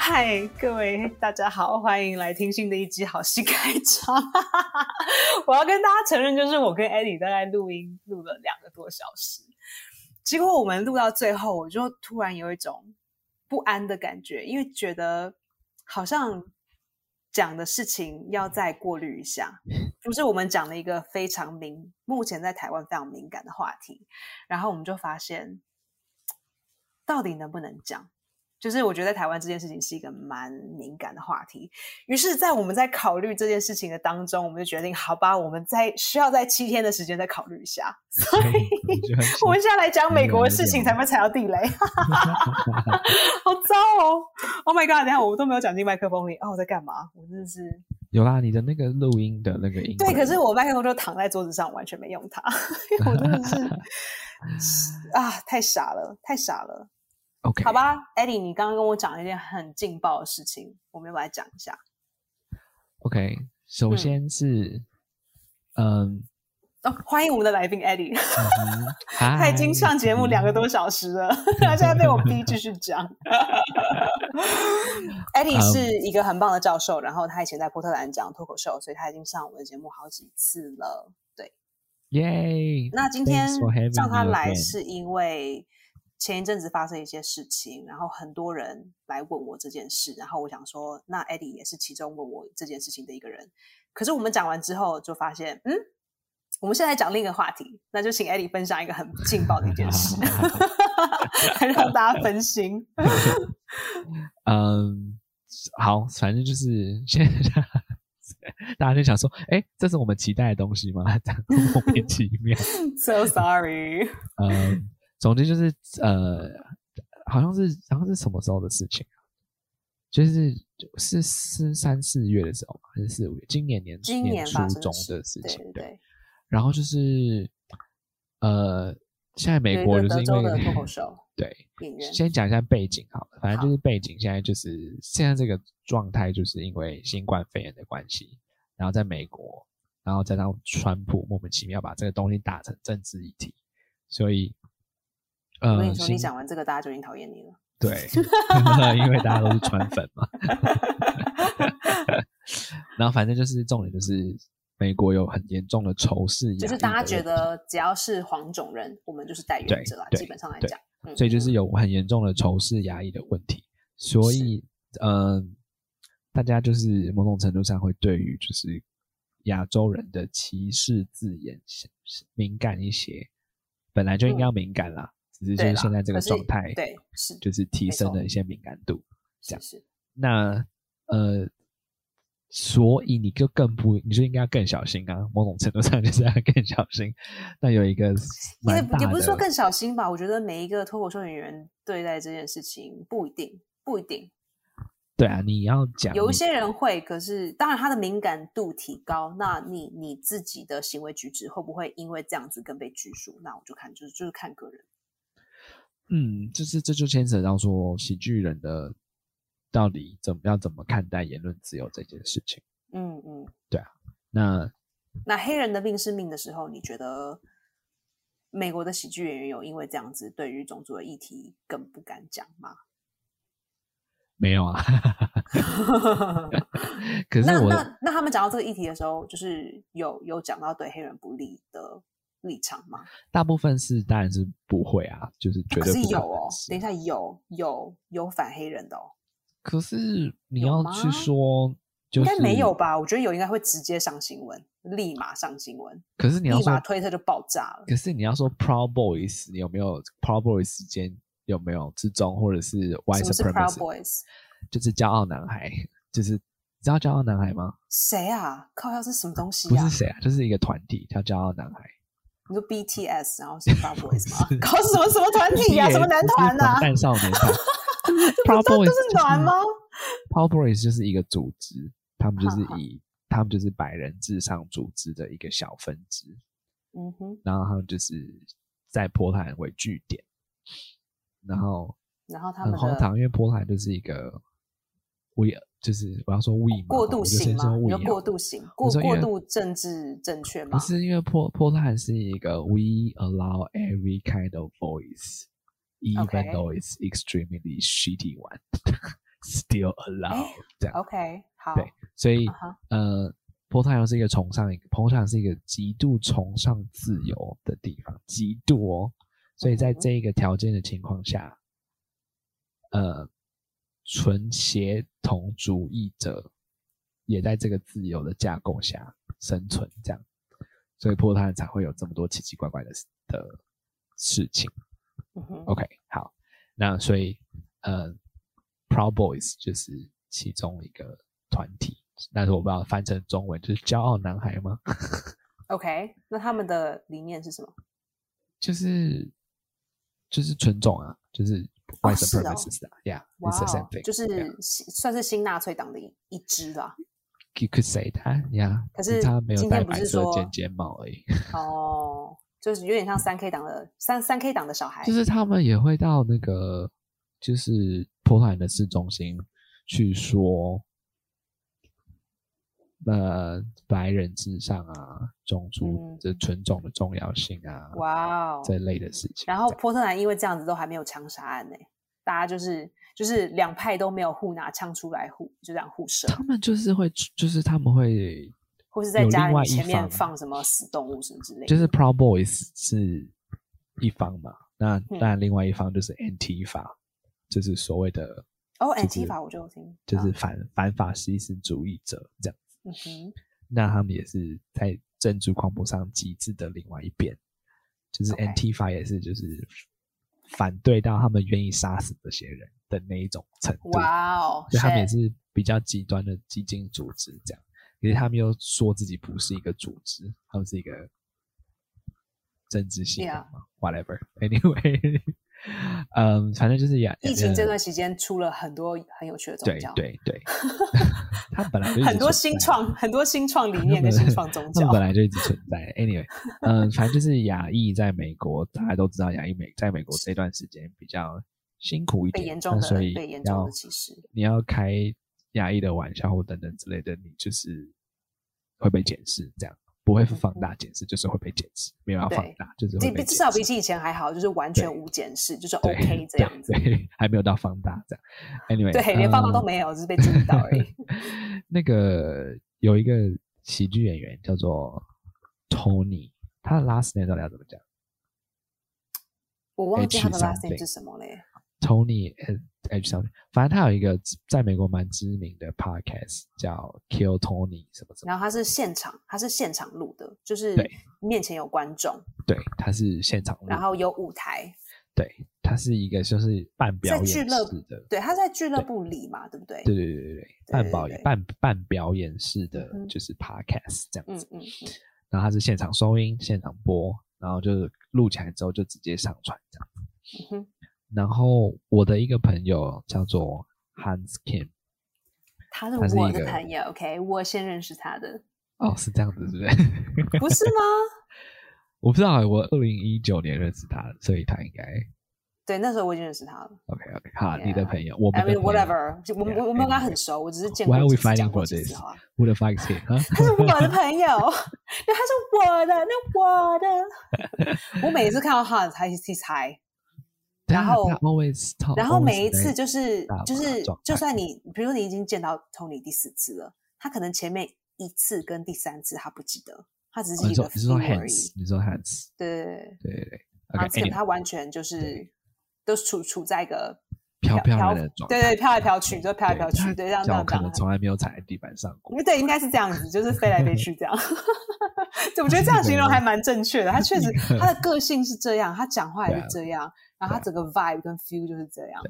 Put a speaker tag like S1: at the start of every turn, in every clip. S1: 嗨，各位大家好，欢迎来听新的一集好戏开场。 我要跟大家承认，就是我跟 Eddie 大概录音录了两个多小时，结果我们录到最后，我就突然有一种不安的感觉，因为觉得好像讲的事情要再过滤一下，就是我们讲了一个非常敏，目前在台湾非常敏感的话题，然后我们就发现到底能不能讲。就是我觉得在台湾这件事情是一个蛮敏感的话题，于是，在我们在考虑这件事情的当中，我们就决定，好吧，我们在需要在七天的时间再考虑一下。所以，我们现在来讲美国的事情，才不会踩到地雷， 好糟哦！Oh my god！等下我都没有讲进麦克风里，哦，我在干嘛？我真的是
S2: 有啦，你的那个录音的那个音，
S1: 对，可是我麦克风就躺在桌子上，完全没用它，因为我真的是啊，太傻了，太傻了。
S2: OK，
S1: 好吧，Eddie，你刚刚跟我讲了一件很劲爆的事情，我们要来讲一下。
S2: OK，首
S1: 嗯
S2: 先是，嗯，
S1: 哦，欢迎我们的来宾 Eddie，、
S2: 嗯哼 嗨
S1: 他已经上节目两个多小时了，他现在被我 逼继续讲。Eddie 是一个很棒的教授，然后他以前在波特兰讲脱口秀，所以他已经上我们的节目好几次了。对，
S2: 耶，
S1: 那今天
S2: Thanks for having
S1: 让他
S2: me
S1: 来
S2: again
S1: 是因为前一阵子发生一些事情，然后很多人来问我这件事，然后我想说，那 Eddie 也是其中问我这件事情的一个人。可是我们讲完之后就发现，嗯，我们现在讲另一个话题，那就请 Eddie 分享一个很劲爆的一件事， 还让大家分 心。
S2: 嗯，好，反正就是现在 大家就想说，哎，这是我们期待的东西吗？ 这样莫名其妙。
S1: so sorry，
S2: 嗯，总之就是呃，好像是好像是什么时候的事情啊？就是是是三四月的时候嘛，还是四五月？今年年
S1: 今年
S2: 初
S1: 发生
S2: 中
S1: 事
S2: 的事
S1: 对
S2: 情
S1: 对，
S2: 对。
S1: 对，
S2: 然后就是呃，现在
S1: 有
S2: 美
S1: 一
S2: 国
S1: 个
S2: 就
S1: 德
S2: 是因
S1: 州的
S2: 为
S1: 脱口秀
S2: 对，
S1: 演员，
S2: 先讲一下背景好了，反正
S1: 好
S2: 就是背景现在就是现在这个状态，就是因为新冠肺炎的关系，然后在美国，然后再让川普莫名其妙把这个东西打成政治议题，所以
S1: 我
S2: 呃
S1: 跟你，说，
S2: 新
S1: 你讲完这个，大家就已经讨厌你了。
S2: 对， 因为大家都是川粉嘛。 然后反正就是重点就是美国有很严重的仇视，
S1: 就是大家觉。得只要是黄种人，我们就是代
S2: 对
S1: 言者啦，
S2: 对
S1: 基本上来
S2: 对
S1: 讲，嗯
S2: 所以就是有很严重的仇视压抑的问题，所以嗯、呃大家就是某种程度上会对于就是亚洲人的歧视字眼是是敏感一些，本来就应该要敏感啦，只是
S1: 嗯
S2: 就
S1: 对
S2: 是
S1: 啦
S2: 现在这个
S1: 可是
S2: 状态，
S1: 对是
S2: 就是提
S1: 没
S2: 升
S1: 错
S2: 了一些敏感度。这
S1: 是
S2: 样
S1: 是，
S2: 那呃，所以你就更不，你就应该要更小心啊，某种程度上就是要更小心。那有一个
S1: 也
S2: 蛮大
S1: 也不是说
S2: 的
S1: 更小心吧，我觉得每一个脱口秀演员对待这件事情不一定不一定，
S2: 对啊，你要讲
S1: 有一
S2: 你
S1: 些人会，可是当然他的敏感度提高，那你你自己的行为举止会不会因为这样子更被拘束？那我就看就是就是看个人，
S2: 嗯，就是这就牵扯到说喜剧人的到底怎么要怎么看待言论自由这件事情。
S1: 嗯嗯。
S2: 那
S1: 那黑人的命是命的时候，你觉得美国的喜剧演员有因为这样子对于种族的议题更不敢讲吗？
S2: 没有啊， 可是
S1: 那
S2: 我
S1: 那那他们讲到这个议题的时候，就是有有讲到对黑人不利的立场吗？
S2: 大部分是当然是不会啊，就是绝
S1: 可是
S2: 对不可
S1: 有
S2: 能
S1: 哦，
S2: 是
S1: 等一下有有有反黑人的哦，
S2: 可是你
S1: 有
S2: 要
S1: 吗
S2: 去说，就
S1: 应
S2: 是
S1: 该没有吧？我觉得有应该会直接上新闻，立马上新闻，
S2: 可是你要
S1: 立马
S2: 说，
S1: 推特就爆炸了。
S2: 可是你要说 Proud Boys 你有没有 Proud Boys 之间有没有之中，或者是
S1: 什
S2: White
S1: 么是 Proud
S2: Supremacy，
S1: Boys？
S2: 就是骄傲男孩，就是你知道骄傲男孩吗？
S1: 谁啊？靠，要是什么东西
S2: 不
S1: 呀、
S2: 是谁啊，就是一个团体叫骄傲男孩。
S1: 你说 BTS，然后是 Proud Boys 吗？搞什么什么团体呀、什么男团呐、
S2: 蛋少 年团
S1: 不
S2: ，Proud
S1: 都
S2: Boys
S1: 都是暖吗？
S2: ？Proud Boys 就是一个组织，他们就是
S1: 好好
S2: 以他们就是白人至上组织的一个小分支，
S1: 嗯哼，
S2: 然后他们就是在波兰为据点，然后
S1: 然嗯后他
S2: 很
S1: 们
S2: 荒
S1: 的
S2: 唐，因为波兰就是一个 we 就是我要说 we 嘛
S1: 哦过度型
S2: 我就先
S1: 吗？
S2: 说
S1: 你
S2: we
S1: 说
S2: 好
S1: 过
S2: 了
S1: 度型，过
S2: 我说因
S1: 过
S2: 为
S1: 度政治正确吗
S2: 不？是因为波波兰是一个 we allow every kind of voice。Even
S1: OK
S2: though it's extremely shitty one， still allowed 这样。
S1: OK，好，
S2: 对，所以
S1: 嗯哼
S2: 呃，波太阳是一个崇尚，波太阳是一个极度崇尚自由的地方，极度哦。所以在
S1: 嗯哼
S2: 这一个条件的情况下，呃，纯协同主义者也在这个自由的架构下生存，这样，所以波太阳才会有这么多奇奇怪怪的事的事情。
S1: 嗯哼
S2: OK，好，那所以呃，Proud Boys 就是其中一个团体，但是我不知道翻成中文就是骄傲男孩吗？
S1: ，OK，那他们的理念是什么？
S2: 就是就是纯种啊，就是
S1: 哦
S2: white
S1: 是哦
S2: supremacists 啊、
S1: 哇、
S2: ，yeah，it's the same
S1: 哦
S2: thing，，
S1: 就是
S2: 对啊
S1: 新算是新纳粹党的一一支啦。
S2: you could say that，yeah，
S1: 可
S2: 只
S1: 是
S2: 他没有
S1: 今
S2: 戴
S1: 天不
S2: 白
S1: 是
S2: 色的
S1: 说
S2: 尖尖帽而已，
S1: 哦，就是有点像三 K 党的三三 K 党的小孩。
S2: 就是他们也会到那个就是波兰的市中心去说，呃，白人至上啊，种族
S1: 嗯
S2: 这纯种的重要性啊，
S1: 哇哦！
S2: 这类的事情。
S1: 然后
S2: 这样
S1: 波特兰因为这样子都还没有枪杀案呢、大家就是就是两派都没有互拿枪出来互就这样互射，
S2: 他们就是会，就是他们会，
S1: 或是在
S2: 有
S1: 家
S2: 另外
S1: 人
S2: 一
S1: 前面
S2: 方啊
S1: 放什么死动物什么之类的。
S2: 就是 Proud Boys 是一方嘛，那
S1: 嗯
S2: 当然另外一方就是 Antifa，就是所谓的
S1: 哦
S2: 就
S1: a
S2: 是
S1: n t i 我就有听，
S2: 就是
S1: 啊
S2: 反、反法西斯主义者这样。
S1: 嗯哼，
S2: 那他们也是在政治光谱上极致的另外一边，就是
S1: OK
S2: Antifa 也是就是反对到他们愿意杀死这些人的那一种程度，
S1: 哇哦，
S2: 所以他们也
S1: shit
S2: 是比较极端的激进组织这样。可是他们又说自己不是一个组织，他们是一个政治信仰嘛 whatever。Anyway，嗯，反正就是也
S1: 疫情这段时间出了很多很有趣的宗
S2: 对
S1: 教，，
S2: 对 对，他本来就一直
S1: 很多
S2: 存
S1: 新
S2: 在
S1: 创很多新创理念跟新创宗
S2: 他
S1: 教
S2: 们，本来就一直存在。Anyway，嗯，反正就是亚裔在美国，大家都知道亚裔美在美国这段时间比较辛苦一
S1: 被
S2: 点，
S1: 严重
S2: 那
S1: 的
S2: 所以
S1: 被严
S2: 要
S1: 重的歧视，
S2: 你要开亚裔的玩笑或等等之类的，你就是会被检视，这样不会放大检视，就是会被检视，没有要放
S1: 嗯对
S2: 大，就是会
S1: 至
S2: 被
S1: 至
S2: 检
S1: 少
S2: 视
S1: 比起以前还好，就是完全无检视，就是
S2: 对
S1: OK 这样子
S2: 对，，对还没有到放大这样。Anyway，
S1: 对，连爸妈都
S2: 嗯
S1: 没有，只是被注意到而 已。
S2: 那个有一个喜剧演员叫做 Tony，他的 last name 到底要怎么讲
S1: 我忘记他的
S2: H
S1: last name
S2: something
S1: 是什么嘞。
S2: ？Tony H 上面，反正他有一个在美国蛮知名的 podcast 叫 Kill Tony 什么什么，
S1: 然后他是现场，他是现场录的，就是
S2: 对嗯
S1: 面前有观众，
S2: 对，他是现场录的，
S1: 然后有舞台。
S2: 对，他是一个就是半表演
S1: 在
S2: 式
S1: 俱乐
S2: 的，
S1: 对，他在俱乐部里嘛，对不对？
S2: 对对对对对，半表演
S1: 对
S2: 半半表演式的
S1: 嗯哼
S2: 就是 podcast 这样
S1: 嗯
S2: 子，
S1: 嗯嗯，
S2: 然后他是现场收音、现场播，然后就是录起来之后就直接上传这样。
S1: 嗯哼，
S2: 然后我的一个朋友叫做 Hans Kim，
S1: 他是
S2: 他是
S1: 我
S2: 一
S1: 的
S2: 个
S1: 朋友，OK，我先认识他的，
S2: 哦，是这样子，是不是？
S1: 不是吗？
S2: 我不知道，我二零一九年认识他的，所以他应该
S1: 对，那时候我已经认识他了。
S2: OK OK。好
S1: Yeah
S2: 你的朋友，我们
S1: I
S2: 的
S1: mean
S2: 朋友
S1: whatever，我们
S2: Yeah，
S1: 我我们跟他
S2: anyway
S1: 很熟，我只是见
S2: Why
S1: 过
S2: are
S1: 几
S2: we
S1: 次，讲
S2: fighting
S1: 过
S2: for
S1: 几次
S2: this？
S1: 话。
S2: Who the fuck is he？啊
S1: 他是我 的朋友，那他是我的，那我的。 我每次看到他，他 he's high。然后
S2: 啊他 always talk，
S1: 然后
S2: always
S1: 每一次
S2: like-
S1: 就是
S2: 大麻
S1: 就是
S2: 状，
S1: 就
S2: 态
S1: 算你比如说你已经见到 Tony 第四次了，他可能前面一次跟第三次他不记得，他只
S2: 哦
S1: 是
S2: 你
S1: 一个
S2: 说你
S1: feel
S2: 说
S1: 而
S2: Hans，
S1: 已。
S2: 你说 Hans，
S1: 对对对
S2: 对对对
S1: 对，
S2: ，OK，
S1: 啊，这个
S2: anyway，
S1: 他完全就是都处处在一个
S2: 飘
S1: 飘
S2: 飘然的状
S1: 对
S2: 态
S1: 对，飘来飘去，就飘来飘去，对，这样这
S2: 脚
S1: 样这
S2: 可能
S1: 样。
S2: 从来没有踩在地板上过。
S1: 对，应该是这样子，就是飞来飞去这样。 对我觉得这样形容还蛮正确的。他确实，他的个性是这样，他讲话也
S2: 对
S1: 是
S2: 啊
S1: 这样，然后他整个 vibe 跟 feel 就是这样。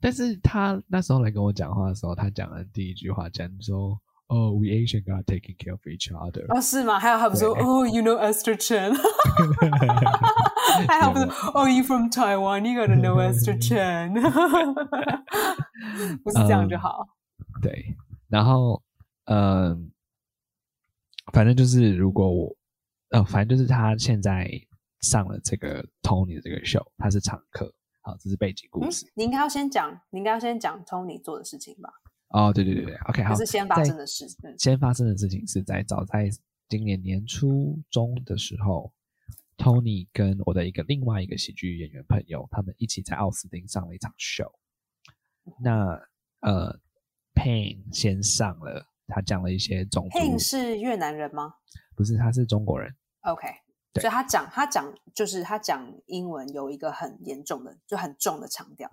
S2: 但是他那时候来跟我讲话的时候，他讲的第一句话讲说：“哦、w e Asian are taking care of each other。
S1: 哦，是吗？还有他不说
S2: 对
S1: 哦，you know Esther Chen，还有他不 说哦，you from Taiwan，you gotta know Esther Chen，不是这样就
S2: 嗯
S1: 好。
S2: 对，然后嗯，反正就是如果我呃，反正就是他现在上了这个 Tony 的这个秀，他是常客。好，这是背景故
S1: 嗯
S2: 事。，
S1: 你应该要先讲，你应该要先讲 Tony 做的事情吧，
S2: 哦，对对对对，OK，好
S1: 还。是先发
S2: 在
S1: 生的事？嗯
S2: 先发生的事情是在早在今年年初中的时候，Tony 跟我的一个另外一个喜剧演员朋友，他们一起在奥斯汀上了一场秀。那呃 Pain 先上了，他讲了一些种族，
S1: Pin 是越南人吗
S2: 不是他是中国人，
S1: ？OK，
S2: 对
S1: 所以他讲他讲就是他讲英文有一个很严重的就很重的强调，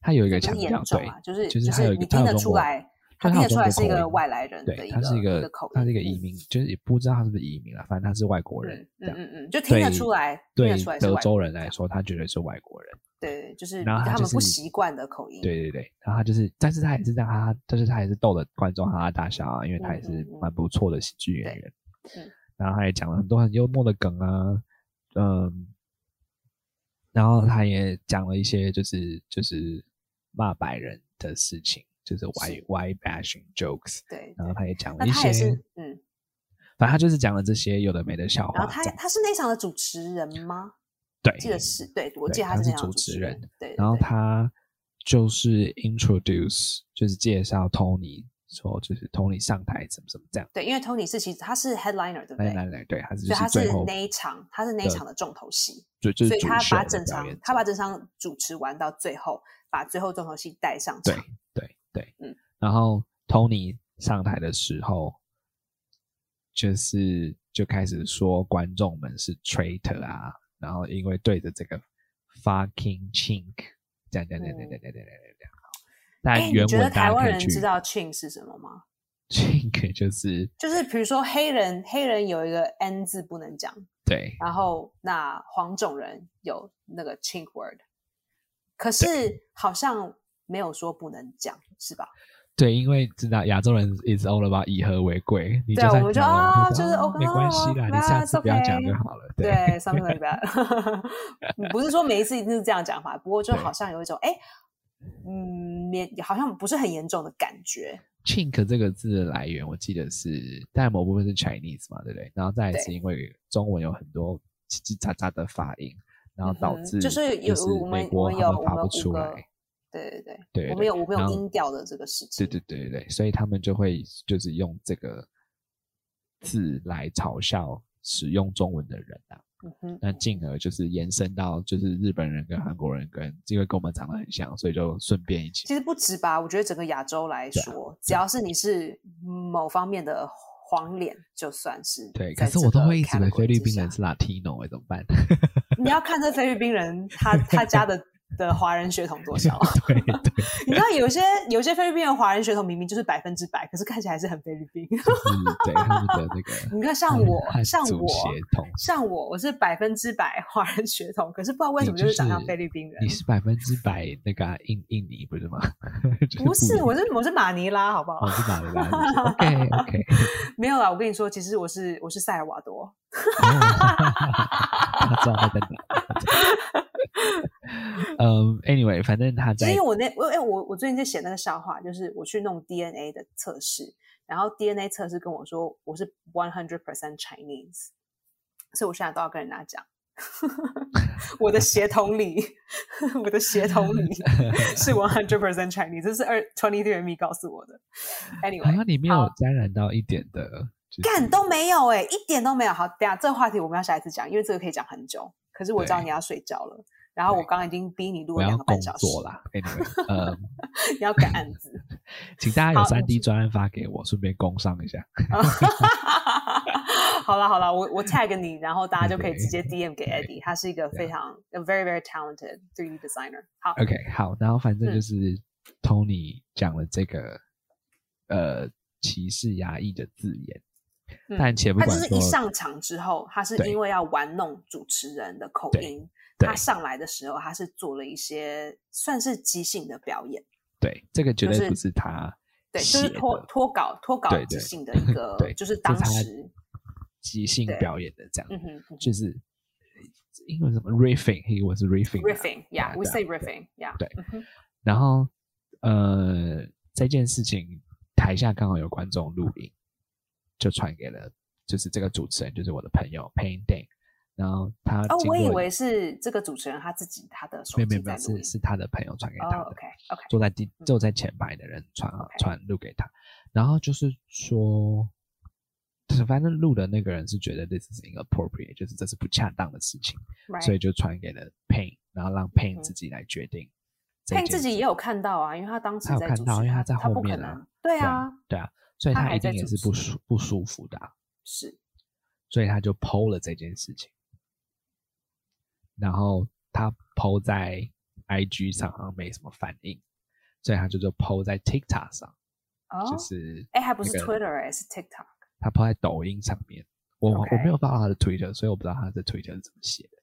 S2: 他有一个
S1: 不
S2: 强
S1: 是
S2: 调
S1: 严重
S2: 对
S1: 啊，，就是
S2: 就是
S1: 就
S2: 他有
S1: 是
S2: 一个
S1: 你
S2: 他
S1: 听
S2: 有
S1: 得
S2: 中
S1: 出
S2: 国
S1: 来，
S2: 对
S1: 他
S2: 他
S1: 听
S2: 有
S1: 得出
S2: 中
S1: 来
S2: 国
S1: 是一
S2: 口
S1: 个
S2: 音
S1: 外来人的
S2: 对，
S1: 一
S2: 他
S1: 个
S2: 是一
S1: 一
S2: 个
S1: 口音，
S2: 他是一个移
S1: 嗯
S2: 民，就是也不知道他是不是移民了，反正他是外国人
S1: 嗯
S2: 这样。
S1: 嗯嗯嗯，就听
S2: 对
S1: 得出来，听
S2: 对
S1: 得出来是
S2: 德
S1: 外
S2: 州
S1: 国
S2: 人
S1: 这
S2: 来
S1: 样，
S2: 说，他绝对是外国人。
S1: 对，就是
S2: 然后他
S1: 他
S2: 就
S1: 们不
S2: 是
S1: 习惯的口音，
S2: 对对对，然后他就是，但是他也是让他，但是他也是逗得观众哈哈大笑啊，因为他也
S1: 嗯
S2: 是
S1: 嗯嗯
S2: 蛮不错的喜剧演
S1: 对
S2: 员。
S1: 嗯
S2: 然后他也讲了很多很幽默的梗啊，嗯，然后他也讲了一些就是就是骂白人的事情，就是
S1: 是
S2: white white bashing jokes。
S1: 对，
S2: 然后他也讲
S1: 那
S2: 了一
S1: 他
S2: 些
S1: 也，是嗯，
S2: 反正他就是讲了这些有的没的笑
S1: 然
S2: 话
S1: 后他
S2: 这样。
S1: 他是那场的主持人吗？
S2: 对，
S1: 记得是对，我
S2: 对
S1: 记得
S2: 他
S1: 是
S2: 是
S1: 那场
S2: 主
S1: 主
S2: 持
S1: 持
S2: 人，
S1: 对，对
S2: 然后
S1: 对
S2: 他就是 introduce，就是介绍 Tony，说就是 Tony 上台怎么怎么这样。
S1: 对，因为 Tony 是其实他是 headliner 对不
S2: 来来
S1: 对？
S2: 来，对，他是
S1: 所
S2: 就
S1: 以他
S2: 是
S1: 是
S2: 最后
S1: 那一场，他是那一
S2: 的
S1: 场的重头戏，
S2: 就就是
S1: 所以
S2: 主
S1: 他
S2: 秀
S1: 把
S2: 的
S1: 整
S2: 表
S1: 场
S2: 演
S1: 他把
S2: 者
S1: 整场主持完到最后，把最后重头戏带上
S2: 对
S1: 场。
S2: 对对，
S1: 嗯
S2: 然后 Tony 上台的时候，就是就开始说观众们是 traitor 啊，然后因为对着这个 fucking chink 这样这样这样这样这样这样这样这样，好
S1: 哎，
S2: 但
S1: 你
S2: 原
S1: 觉得
S2: 文
S1: 台
S2: 大家
S1: 湾
S2: 可
S1: 人
S2: 以去
S1: 知道 chin 是什么吗？
S2: chink 就是
S1: 就是比如说黑人，黑人有一个 n 字不能讲，
S2: 对
S1: 然后那黄种人有那个 chink word，可是好像没有说不能讲，是吧？
S2: 对，因为知道亚洲人 is all about 以和为贵，你就
S1: 对啊
S2: 算
S1: 我们就
S2: 讲了
S1: 啊
S2: 你
S1: 就是
S2: 啊
S1: OK
S2: 没关系啦，你下
S1: that's
S2: 次不要讲就
S1: okay
S2: 好了。
S1: 对
S2: 对
S1: ，something like that 。不是说每一次一定是这样讲法，不过就
S2: 对
S1: 好像有一种哎，嗯，也好像不是很严重的感觉。
S2: chink 这个字的来源，我记得是，但某部分是 Chinese 嘛，对不对？然后再来
S1: 对
S2: 是因为中文有很多叽叽喳喳的发音，然后导
S1: 嗯哼
S2: 致
S1: 就是有我
S2: 美
S1: 们我
S2: 国
S1: 们
S2: 他
S1: 有
S2: 们
S1: 我
S2: 发
S1: 们
S2: 不
S1: 五
S2: 出
S1: 个
S2: 来。
S1: 对对对，
S2: 对
S1: 我们有我们
S2: 然
S1: 有
S2: 后
S1: 音调的这个事情。
S2: 对对对对对，所以他们就会就是用这个字来嘲笑使用中文的人啊。
S1: 嗯哼，
S2: 那进而就是延伸到就是日本人跟韩国人跟因为跟我们长得很像，所以就顺便一起
S1: 其实不止吧，我觉得整个亚洲来
S2: 对啊
S1: 说，只要是你是某方面的黄脸，就算是
S2: 对。
S1: 在
S2: 可是
S1: 这
S2: 我都
S1: 个
S2: 会一直以为
S1: category
S2: 菲律
S1: 之
S2: 宾人
S1: 下
S2: 是 Latino，哎，怎么办？
S1: 你要看这菲律宾人他他家的的华人血统多 少。
S2: 对对，
S1: 你知道有些有些菲律宾人华人血统明明就是百分之百，可是看起来还是很菲律宾。
S2: 就是对他们的那个嗯
S1: 你看 像
S2: 汉
S1: 我，像
S2: 族
S1: 我，
S2: 血统，
S1: 像我，我是百分之百华人血统，可是不知道为什么
S2: 你
S1: 就
S2: 就是
S1: 长像
S2: 是
S1: 菲律宾人
S2: 你。是百分之百那个啊印印尼不是吗？ 就
S1: 不
S2: 一
S1: 是，
S2: 样
S1: 我是我是马尼拉，好不好？
S2: 哦，是马来拉 OK OK，
S1: 没有啦，我跟你说，其实我是我是塞尔瓦多，
S2: 他知道他在哪。 嗯，anyway，反正他
S1: 就
S2: 在
S1: 是因为我那我哎我我最近在写那个笑话，就是我去弄 DNA 的测试，然后 DNA 测试跟我说我是 one hundred percent Chinese，所以我现在都要跟人家讲， 我的血统里，我的血统 里是 one hundred percent Chinese，这是二 twenty three me 告诉我的。
S2: 好
S1: Anyway，
S2: 像里面有沾染到一点的，就是
S1: 干都没有哎、一点都没有。好，等一下这个话题我们要下一次讲，因为这个可以讲很久。可是我知道
S2: 对
S1: 你要睡觉了，然后我
S2: 对
S1: 刚刚已经逼你录
S2: 我
S1: 了
S2: 要
S1: 两个半
S2: 工
S1: 小时，
S2: 作啦。Anyway，嗯，
S1: 你要赶案子。
S2: 请大家有
S1: 好
S2: 三 D 专案发给我，顺便工商一下。
S1: 好了好了，我我 tag 你，然后大家就可以直接 DM 给
S2: 对啊
S1: Eddie，他是一个非常 a very very talented 3D designer。好，
S2: OK，好，然后反正就
S1: 嗯
S2: 是 Tony 讲了这个、呃歧视压抑的字眼，
S1: 嗯
S2: 但且不
S1: 他就
S2: 管
S1: 是
S2: 说
S1: 一上场之后，他是
S2: 对
S1: 因为要玩弄主持人的口
S2: 对
S1: 音，
S2: 对
S1: 他上来的时候，他是做了一些算是即兴的表演，
S2: 对这个绝
S1: 就
S2: 对
S1: 是
S2: 不是他
S1: 对，就
S2: 写
S1: 是
S2: 的，
S1: 脱脱稿脱稿
S2: 对
S1: 即
S2: 对
S1: 兴的一个，
S2: 对，
S1: 就是
S2: 这
S1: 当
S2: 他
S1: 时，
S2: 即兴
S1: 对
S2: 表演的这样，
S1: 嗯哼嗯哼
S2: 就是英文什么 riffing，英文是 riffing，嘛对啊
S1: ，riffing，yeah，we
S2: 对啊
S1: say riffing，yeah，
S2: 对
S1: 嗯哼
S2: 然后呃，这件事情台下刚好有观众录影，就传给了就是这个主持人，就是我的朋友 Pain Day，然后他
S1: 哦，
S2: 经
S1: 我以
S2: 过
S1: 为是这个主持人他自己他的手
S2: 没
S1: 机
S2: 有没有没
S1: 在
S2: 有，
S1: 录
S2: 是
S1: 音，
S2: 是他的朋友传给
S1: 哦
S2: 他的，
S1: ，OK OK，
S2: 坐在第
S1: 嗯
S2: 坐在前排的人传啊
S1: OK
S2: 传录给他，然后就是说，就是反正录的那个人是觉得 this is inappropriate，就是这是不恰当的事情，所以就传给了 Pain，然后让 Pain
S1: 嗯
S2: 自己来决定这
S1: 看
S2: 件
S1: 自己
S2: 事
S1: 也有看到啊，因为他当时
S2: 他有
S1: 在
S2: 看
S1: 主
S2: 到
S1: 持
S2: 因为他在后
S1: 不可
S2: 面
S1: 能
S2: 啊
S1: 对
S2: 对
S1: 啊，
S2: 对啊，所以
S1: 他
S2: 他
S1: 还
S2: 一
S1: 在
S2: 定也
S1: 主
S2: 是不
S1: 持
S2: 舒不舒服的啊、
S1: 是
S2: 所以他就剖了这件事情，然后他剖在 IG 上好像没什么反应，所以他就就剖在 TikTok 上，
S1: 哦，
S2: 就是
S1: 哎，还不是
S2: 那个
S1: Twitter 哎，是 TikTok。
S2: 他抛在抖音上面。我我
S1: OK
S2: 没有发到他的 Twitter，所以我不知道他的 Twitter 是怎么写的。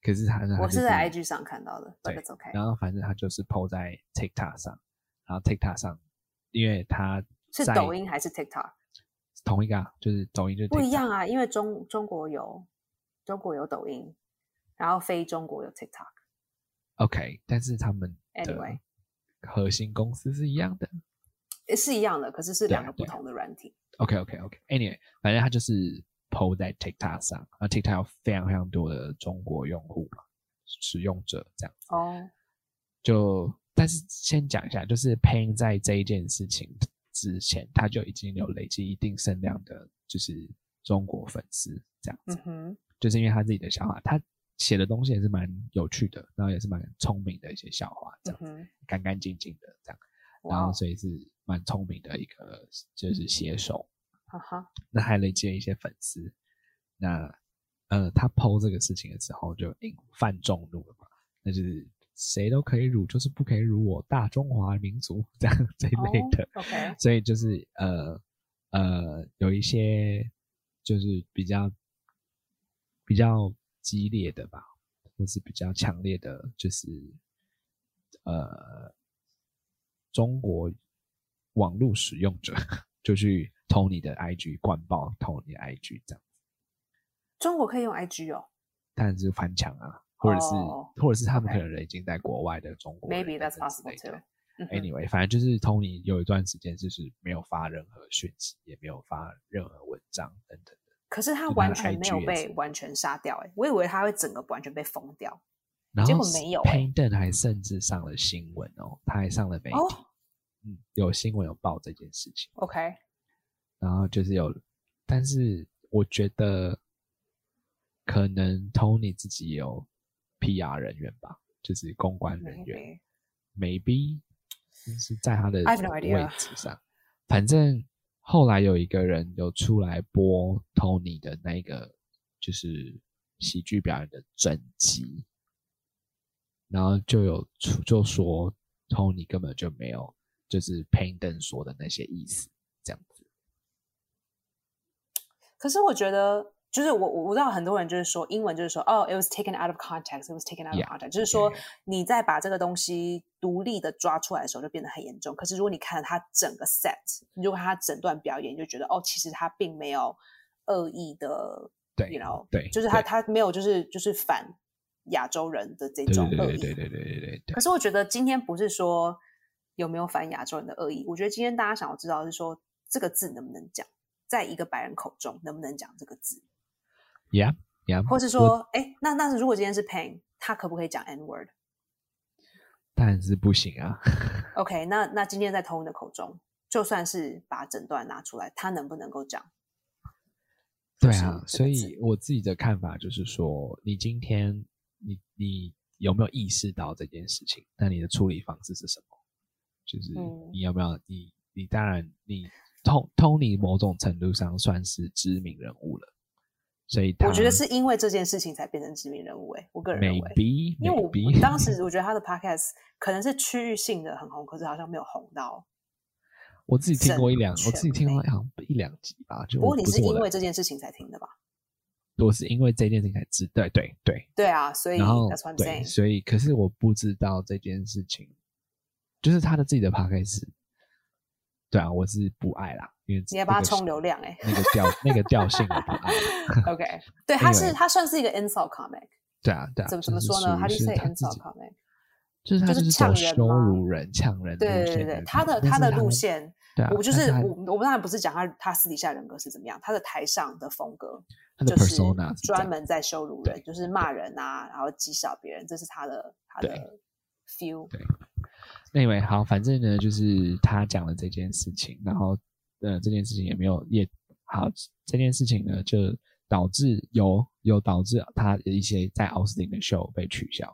S2: 可是他他
S1: 我
S2: 就是
S1: 在 IG 上看到的
S2: 对
S1: ，but it's OK。
S2: 然后反正他就是抛在 TikTok 上，然后 TikTok 上，因为他
S1: 是
S2: 在
S1: 抖音还是 TikTok？
S2: 同一个、啊，就是抖音就是
S1: 不一
S2: TikTok
S1: 样啊，因为中中国有中国有抖音，然后非中国有 TikTok。
S2: OK，但是他们的
S1: Anyway
S2: 啊核心公司是一样的。
S1: 呃是一样的，可是是
S2: 对啊
S1: 两个不
S2: 对啊
S1: 同的软体。
S2: OK OK OK。Anyway，反正他就是 PO 在 TikTok 上，那 TikTok 有非常非常多的中国用户嘛，使用者这样。
S1: 哦，
S2: 就但是先讲一下，就是 Pain 在这一件事情之前，他就已经有累积一定声量的，就是中国粉丝这样子。
S1: 嗯哼，
S2: 就是因为他自己的笑话，他写的东西也是蛮有趣的，然后也是蛮聪明的一些笑话，这
S1: 嗯
S2: 样、
S1: 哼，
S2: 干干净净的这样。然
S1: 哇
S2: 后
S1: 哦，嗯
S2: 所以是蛮聪明的一个就是写手，
S1: 哈哈，
S2: 那还累积了一些粉丝。那呃，他剖这个事情的时候就引犯众怒了嘛，那就是谁都可以辱，就是不可以辱我大中华民族 这样这一类的。
S1: 哦，OK
S2: 所以就是呃呃，有一些就是比较比较激烈的吧，或是比较强烈的，就是呃中国网络使用者 就去偷你的 IG 灌爆，偷你的 IG 这样，
S1: 中国可以用 IG 哦
S2: 但是翻墙啊，或者是、
S1: 哦
S2: 或者是他们可
S1: OK
S2: 能人已经在国外的中国人
S1: ，Maybe
S2: 等
S1: that's
S2: 等之类
S1: possible too。
S2: 的
S1: 嗯哼
S2: Anyway，反正就是 Tony 有一段时间就是没有发任何讯息，也没有发任何文章等等的。
S1: 可是他
S2: 就他
S1: 完
S2: 的
S1: 全没有
S2: IG 也
S1: 被
S2: 是
S1: 完全杀掉，哎，我以为他会整个完全被封掉。
S2: 然
S1: 结
S2: 后
S1: 果没有欸
S2: Payton 还甚至上了新闻哦，他还上了媒体，
S1: 哦
S2: 嗯，有新闻有报这件事情。
S1: ，OK，
S2: 然后就是有，但是我觉得可能 Tony 自己有 PR 人员吧，就是公关人员。
S1: Maybe
S2: maybe 就是在他的
S1: I have no idea
S2: 位置上。反正后来有一个人有出来播 Tony 的那个就是喜剧表演的整集，然后就有出就说 Tony 根本就没有就是 Payton 说的那些意思，这样子。
S1: 可是我觉得，就是我我我知道很多人就是说英文就是说哦、i t was taken out of context，it was taken out of
S2: Yeah,
S1: context，就是说
S2: yeah, yeah.
S1: 你在把这个东西独立的抓出来的时候就变得很严重。可是如果你看了他整个 set，你就看他整段表演，你就觉得哦，其实他并没有恶意的，
S2: 对
S1: ，you know，
S2: 对
S1: 就是他
S2: 对
S1: 他没有就是就是反亚洲人的这
S2: 对
S1: 种
S2: 对
S1: 恶
S2: 对
S1: 意
S2: 对对对对对对
S1: 可是我觉得今天不是说有没有反亚洲人的恶意，我觉得今天大家想要知道的是说这个字能不能讲，在一个白人口中能不能讲这个字，
S2: ，Yeah Yeah，
S1: 或是说，哎，那那如果今天是 pain，他可不可以讲 n word？OK，、
S2: 但是不行啊。
S1: OK，那那今天在 Tony 的口中，就算是把诊断拿出来，他能不能够讲？
S2: 对
S1: 是
S2: 啊，
S1: 这
S2: 所
S1: 个
S2: 以
S1: 字
S2: 我自己的看法就是说，你今天你你有没有意识到这件事情？那你的处理方式是什么？就是
S1: 嗯
S2: 你有没有、你你当然你 Tony Tony 某种程度上算是知名人物了，所以他
S1: 我觉得是因为这件事情才变成知名人物、诶我个人认为。
S2: maybe
S1: 因为我
S2: maybe
S1: 当 时我觉得他的 podcast 可能是区域性的很红，可是好像没有红到。
S2: 我自己听过一
S1: 整
S2: 两，我自己
S1: 全
S2: 听过
S1: 美
S2: 好像一两集吧，就
S1: 不过
S2: 我
S1: 你
S2: 不
S1: 是
S2: 我
S1: 因
S2: 的
S1: 为这件事情才听的吧？
S2: 我是因为这件事情才知，对对对，
S1: 对啊，所以
S2: 然后
S1: that's what I'm
S2: 对，
S1: saying。
S2: 所以可是我不知道这件事情，就是他的自己的 p o d c a s 对啊，我是不爱啦，因为
S1: 你要帮他
S2: 这个
S1: 充流量哎、
S2: 那个调那个调性我不爱。
S1: OK，对，他是
S2: Anyway
S1: 他算是一个 insult comic，
S2: 对啊，对啊，
S1: 怎么
S2: 就
S1: 怎么
S2: 是
S1: 说呢
S2: 属于
S1: ？How do you
S2: 是
S1: say
S2: 他自
S1: insult
S2: 己，
S1: comic？
S2: 就是他
S1: 就是是呛
S2: 走
S1: 人
S2: 羞
S1: 吗
S2: 辱人、呛人路
S1: 对对
S2: 线
S1: 对
S2: 的
S1: 对，
S2: 那
S1: 他的
S2: 种但
S1: 他
S2: 是
S1: 的
S2: 他
S1: 路
S2: 的，
S1: 线，
S2: 对啊，
S1: 我就
S2: 但
S1: 是
S2: 他
S1: 我我们当然不是讲他他私底下人格是怎么样，他的台上的风格
S2: 他的
S1: 就是
S2: persona 是这
S1: 专
S2: 样
S1: 门在羞辱
S2: 对
S1: 人，就是骂人啊，然后讥笑别人，这是他的他的
S2: 对
S1: feel。
S2: 那 anyway，好，反正呢，就是他讲了这件事情，然后呃，这件事情也没有也好，这件事情呢就导致有有导致他的一些在奥斯汀的 show 被取消，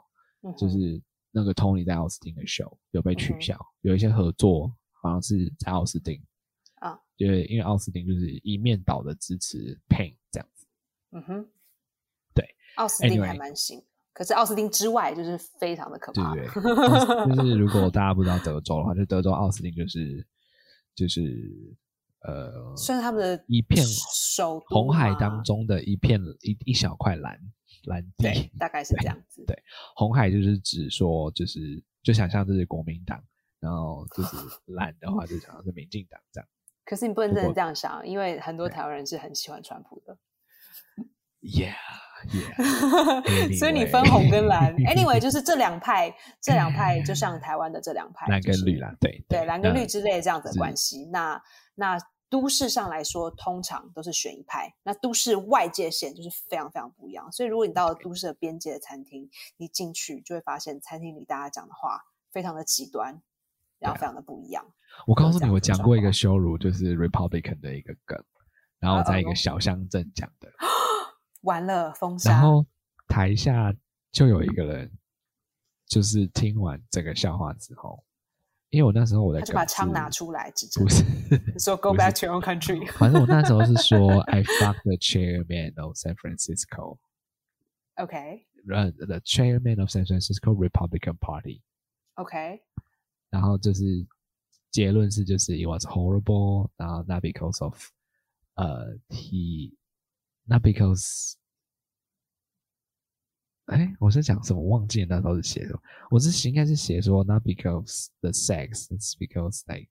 S1: 嗯哼
S2: 就是那个 Tony 在奥斯汀的 show 有被取
S1: 嗯哼
S2: 消，有一些合作好像是在奥斯汀
S1: 啊，
S2: 对，因为奥斯汀就是一面倒的支持 Pain 这样子，
S1: 嗯哼，
S2: 对，
S1: 奥斯汀还
S2: Anyway
S1: 蛮行，可是奥斯汀之外就是非常的可
S2: 对
S1: 怕
S2: 不。对？ 就是就是如果大家不知道德州的话，就德州奥斯汀就是就是呃，
S1: 算是他们的
S2: 一片
S1: 首都啊
S2: 红海
S1: 吗
S2: 当，中的一片一一小块蓝蓝地
S1: 对，，大概是这样子。
S2: 对红海就是指说，就是就想象这是国民党，然后 就是蓝的话就想象是民进党这样。
S1: 可是你不能真
S2: 不
S1: 的
S2: 过
S1: 这样想，因为很多台湾人是很喜欢川普 的，
S2: Yeah, yeah，
S1: 所以你分红跟蓝。Anyway，就是 这两派，这两派就像台湾的这两派，
S2: 蓝
S1: 就
S2: 跟
S1: 是
S2: 绿啦，对
S1: 对蓝跟绿
S2: 那
S1: 之类这样子的
S2: 是
S1: 关系。那那都市上来说，通常都是选一派。那都市外界线就是非常非常不一样。所以如果你到了都市的边界的餐厅，你进去就会发现，餐厅里大家讲的话非常的极端，然
S2: 啊
S1: 后非常的不一样。
S2: 我告诉
S1: 这
S2: 你，
S1: 样
S2: 我
S1: 子
S2: 讲
S1: 状
S2: 过一个
S1: 况
S2: 羞辱，就是 Republican 的一个梗，然后我在一
S1: 哦
S2: 个小乡镇讲的，
S1: 完了，封
S2: 然
S1: 杀，
S2: 后台下就有一个人，就是听完这个笑话之后，因为我那时候我的
S1: 他
S2: 梗
S1: 就把枪拿
S2: 是
S1: 出来指着
S2: 不
S1: 你
S2: 是。
S1: 说 “Go
S2: 不是
S1: back to your own country”。
S2: 反正我那时候是说 I fuck the chairman of San Francisco，
S1: OK
S2: 呃，the chairman of San Francisco Republican Party，
S1: OK，
S2: 然后就是结论是就是 it was horrible，然后 not because of，呃，he not because。哎，我是讲什么？忘记了那时候是写什么？我是写应该是写说，not because the sex, it's because like，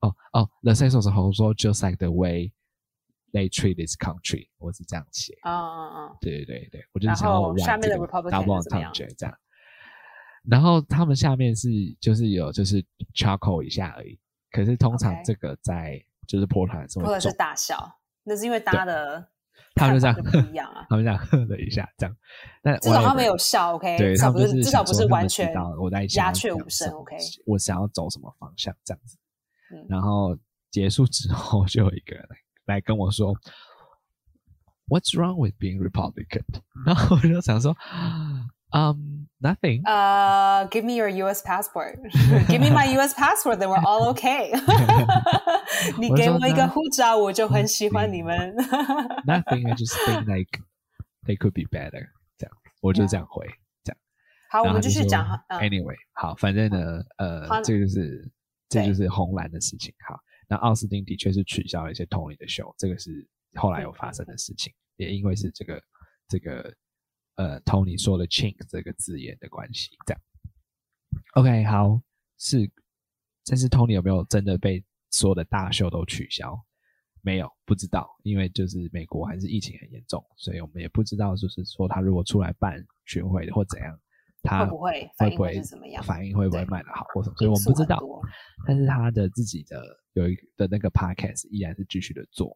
S2: 哦哦，the sex was horrible, just like the way they treat this country。我是这样写。
S1: 嗯嗯嗯，
S2: 对对对对，我就是
S1: 然
S2: 想要
S1: 后
S2: 我
S1: 下面的 Republican
S2: 打不
S1: 是怎么样
S2: 这样。然后他们下面是就是有就是 charcoal 一下而已，可是通常
S1: OK
S2: 这个在嗯就是波兰是
S1: 或者
S2: 会
S1: 是
S2: 中，
S1: 大笑，那是因为大家的
S2: 他们就这
S1: 看
S2: 样。
S1: 法就不一样啊
S2: 他们这样呵了一下这样，但
S1: 至少他
S2: whatever
S1: 们有笑，OK，
S2: 对
S1: 至少
S2: 他
S1: 不
S2: 们就是
S1: 至
S2: 想
S1: 少不
S2: 说
S1: 是
S2: 他们
S1: 完
S2: 知
S1: 全
S2: 道我在想
S1: 鸦
S2: 要
S1: 雀
S2: 讲
S1: 无声
S2: 什么
S1: ，OK，
S2: 我想要走什么方向这样子。
S1: 嗯
S2: 然后结束之后，就有一个人来来跟我说，What's wrong with being Republican？然后我就想说，嗯、n o t h i n g
S1: 呃、g i v e me your U.S. passport，give me my U.S. passport，then we're all OK 。 你
S2: 我就
S1: 给
S2: 说
S1: 我一个
S2: 那嗯
S1: 护照，我就很喜欢你们。
S2: Nothing. I just think like they could be better. 这样，我就这样回。
S1: 好，我
S2: 然后
S1: 们
S2: 他
S1: 继续
S2: 就说哎
S1: 讲哈。嗯
S2: Anyway，好，反正呢，
S1: 好
S2: 呃，这个就是这
S1: 对
S2: 就是红蓝的事情。好，那奥斯汀的确是取消了一些 Tony 的秀，这个是后
S1: 嗯
S2: 来有发生的事情，也因为是这个这个呃 Tony 说的 “chink” 这个字眼的关系，这样。OK，好，是，但是 Tony 有没有真的被所有的大秀都取消？没有，不知道，因为就是美国还是疫情很严重，所以我们也不知道，就是说他如果出来办巡回或怎样，
S1: 嗯哦
S2: 他
S1: 会不会反
S2: 会
S1: 应
S2: 不
S1: 会
S2: 会
S1: 是怎么样
S2: 反应会不会
S1: 对
S2: 卖的好或什么，所以
S1: 因
S2: 我们
S1: 素
S2: 不知
S1: 很
S2: 道
S1: 多。
S2: 但是他的自己的有一的那个 podcast 依然是继续的做。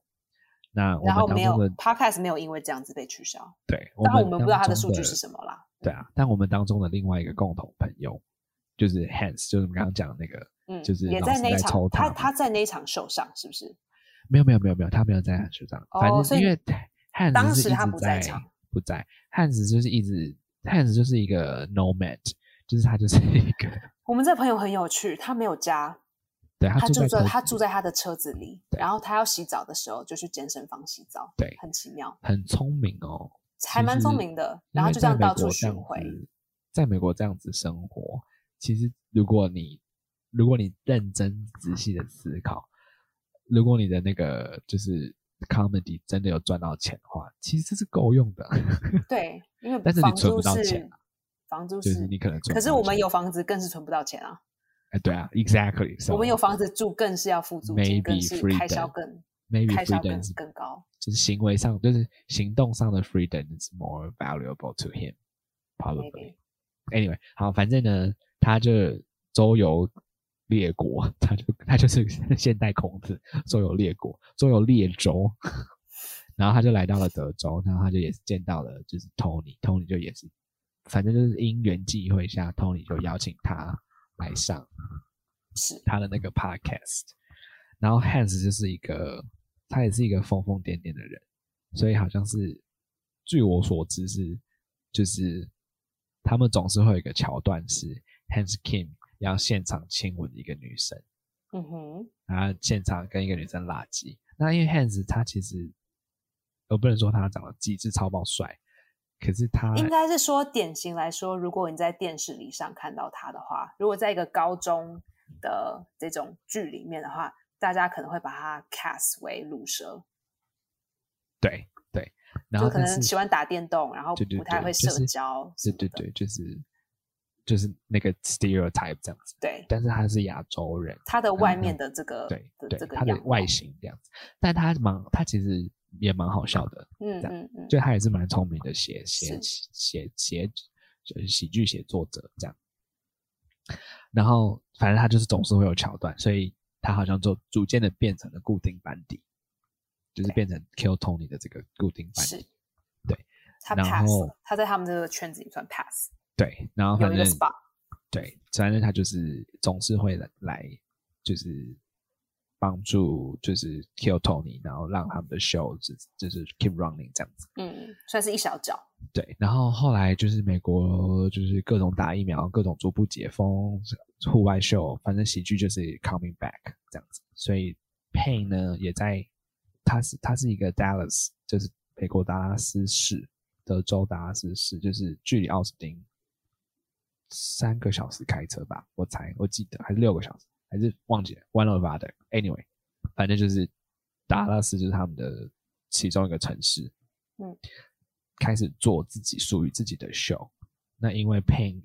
S2: 那我
S1: 然后
S2: 们
S1: 没
S2: 当
S1: 有
S2: 中的
S1: podcast 没有因为这样子被取消，
S2: 对，
S1: 当然我们
S2: 们
S1: 不知道他的
S2: 当
S1: 数
S2: 中
S1: 据是什么啦。
S2: 对啊，但我们当中的另外一个共同朋友就是 Hans，就是我们刚刚讲的那个，
S1: 嗯，
S2: 就是
S1: 也
S2: 老
S1: 在
S2: 师
S1: 那一
S2: 在
S1: 场
S2: 抽，
S1: 他
S2: 他
S1: 他在那一场受伤是不是？
S2: 没有没有没有没有，他没有在韩球场，
S1: 哦
S2: 反
S1: 所
S2: 正
S1: 以
S2: 因为 Hans
S1: 当
S2: 是
S1: 时
S2: 一
S1: 他
S2: 直
S1: 不在场，
S2: 不在 Hans 就是一直 Hans 就是一个 nomad，就是他就是一个，
S1: 我们这朋友很有趣，他没有家，
S2: 对他
S1: 他
S2: 住
S1: 住在
S2: 在
S1: 他住在他的车子里，
S2: 对
S1: 然后他要洗澡的时候就去健身房洗澡，
S2: 对
S1: 很奇妙，
S2: 很聪明哦，
S1: 还蛮聪明的。然后就这样到处巡
S2: 巡
S1: 回，
S2: 在美国这样子生活，其实如果你如果你认真仔细的思考，如果你的那个就是 comedy 真的有赚到钱的话，其实是够用的。
S1: 对，因为
S2: 但是你
S1: 房
S2: 存
S1: 租
S2: 不到
S1: 是
S2: 钱啊
S1: 房租
S2: 就是
S1: 是，
S2: 你可能存
S1: 可
S2: 不
S1: 是
S2: 到
S1: 我们
S2: 钱
S1: 有房子更是存不到钱啊，
S2: 哎，对啊，exactly，so-
S1: 我们有房子住更是要付租金，
S2: Maybe
S1: 更是开销更
S2: maybe
S1: 开销
S2: freedom
S1: 更
S2: 是
S1: 更高。
S2: 就是行为上，就是行动上的 freedom is more valuable to him probably.
S1: Maybe
S2: Anyway，好，反正呢，他就周游列国，他就他就是 现代孔子，周游列国，周游列州， 然后他就来到了德州，然后他就也是见到了就是 Tony，Tony 就也是，反正就是因缘际会下，Tony 就邀请他来上
S1: 是
S2: 他的那个 podcast，然后 Hans 就是一个，他也是一个疯疯癫癫的人，所以好像是据我所知是，就是他们总是会有一个桥段是 Hans Kim 要现场亲吻一个女生，
S1: 嗯哼，
S2: 然后现场跟一个女生拉鸡。那因为 Hans 他其实我不能说他长得机智超爆帅，可是他
S1: 应该是说典型来说，如果你在电视里上看到他的话，如果在一个高中的这种剧里面的话，大家可能会把他 cast 为卤蛇，
S2: 对对，然后
S1: 就可
S2: 但
S1: 能
S2: 是
S1: 喜欢打电动，然后
S2: 对对
S1: 不太
S2: 对
S1: 会
S2: 就
S1: 社
S2: 是
S1: 交什
S2: 对
S1: 么的，
S2: 对对，就是就是那个 stereotype 这样子，
S1: 对
S2: 但是他是亚洲人，
S1: 他的外
S2: 嗯
S1: 面的这个
S2: 对
S1: 的
S2: 对
S1: 这，个
S2: 他的
S1: 样貌
S2: 外，形这样子，但他蛮他其实也蛮好笑的，
S1: 嗯
S2: 这样
S1: 嗯嗯，
S2: 就他也是蛮聪明的写写
S1: 是
S2: 写写就是喜剧写作者这样。然后反正他就是总是会有桥段，所以他好像就逐渐的变成了固定班底，就是
S1: 对
S2: 变成 Kill Tony 的这个固定班
S1: 是
S2: 底。对，
S1: 他
S2: 然
S1: pass，
S2: 后
S1: 了他在他们这个圈子里算 pass，
S2: 对，然后
S1: 有
S2: 反
S1: 一个
S2: 正
S1: spot，
S2: 对，反正他就是总是会来来就是帮助就是 Kill Tony，然后让他们的 show 就是就是 keep running 这样子。
S1: 嗯，算是一小角，
S2: 对，然后后来就是美国就是各种打疫苗，各种逐步解封，户外秀，反正喜剧就是 coming back 这样子。所以 Payne 呢也在，他是他是一个 Dallas，就是美国达拉斯市，德州达拉斯市，就是距离奥斯汀三个小时开车吧，我猜我记得还是六个小时，还是忘记了 one or other。Anyway，反正就是达拉斯就是他们的其中一个城市。
S1: 嗯，
S2: 开始做自己属于自己的秀。那因为 Pain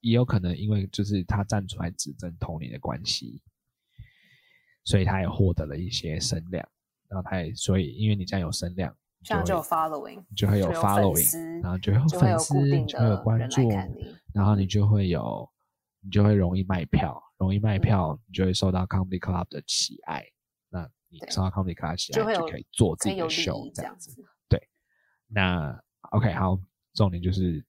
S2: 也有可能因为就是他站出来指证 Tony 的关系，所以他也获得了一些声量。然后他也所以因为你这样有声量，
S1: 这样就有
S2: 会
S1: following，
S2: 就会有
S1: 就有粉
S2: following，
S1: 丝
S2: 然后就会有
S1: 就会
S2: 粉
S1: 有
S2: 丝
S1: 固，定
S2: 就会有
S1: 的
S2: 关
S1: 人来
S2: 注，
S1: 看你，
S2: 然后你就会有，你就会容易卖票，容易卖票，你就会受到 Comedy Club 的喜爱。那你
S1: 对
S2: 受到 Comedy Club 的喜爱，
S1: 就会
S2: 就
S1: 有
S2: 可以做自
S1: 可
S2: 己
S1: 以有
S2: 的
S1: 利益
S2: show
S1: 这
S2: 这
S1: 样
S2: 样子。
S1: 子，
S2: 那 OK，好，重点就是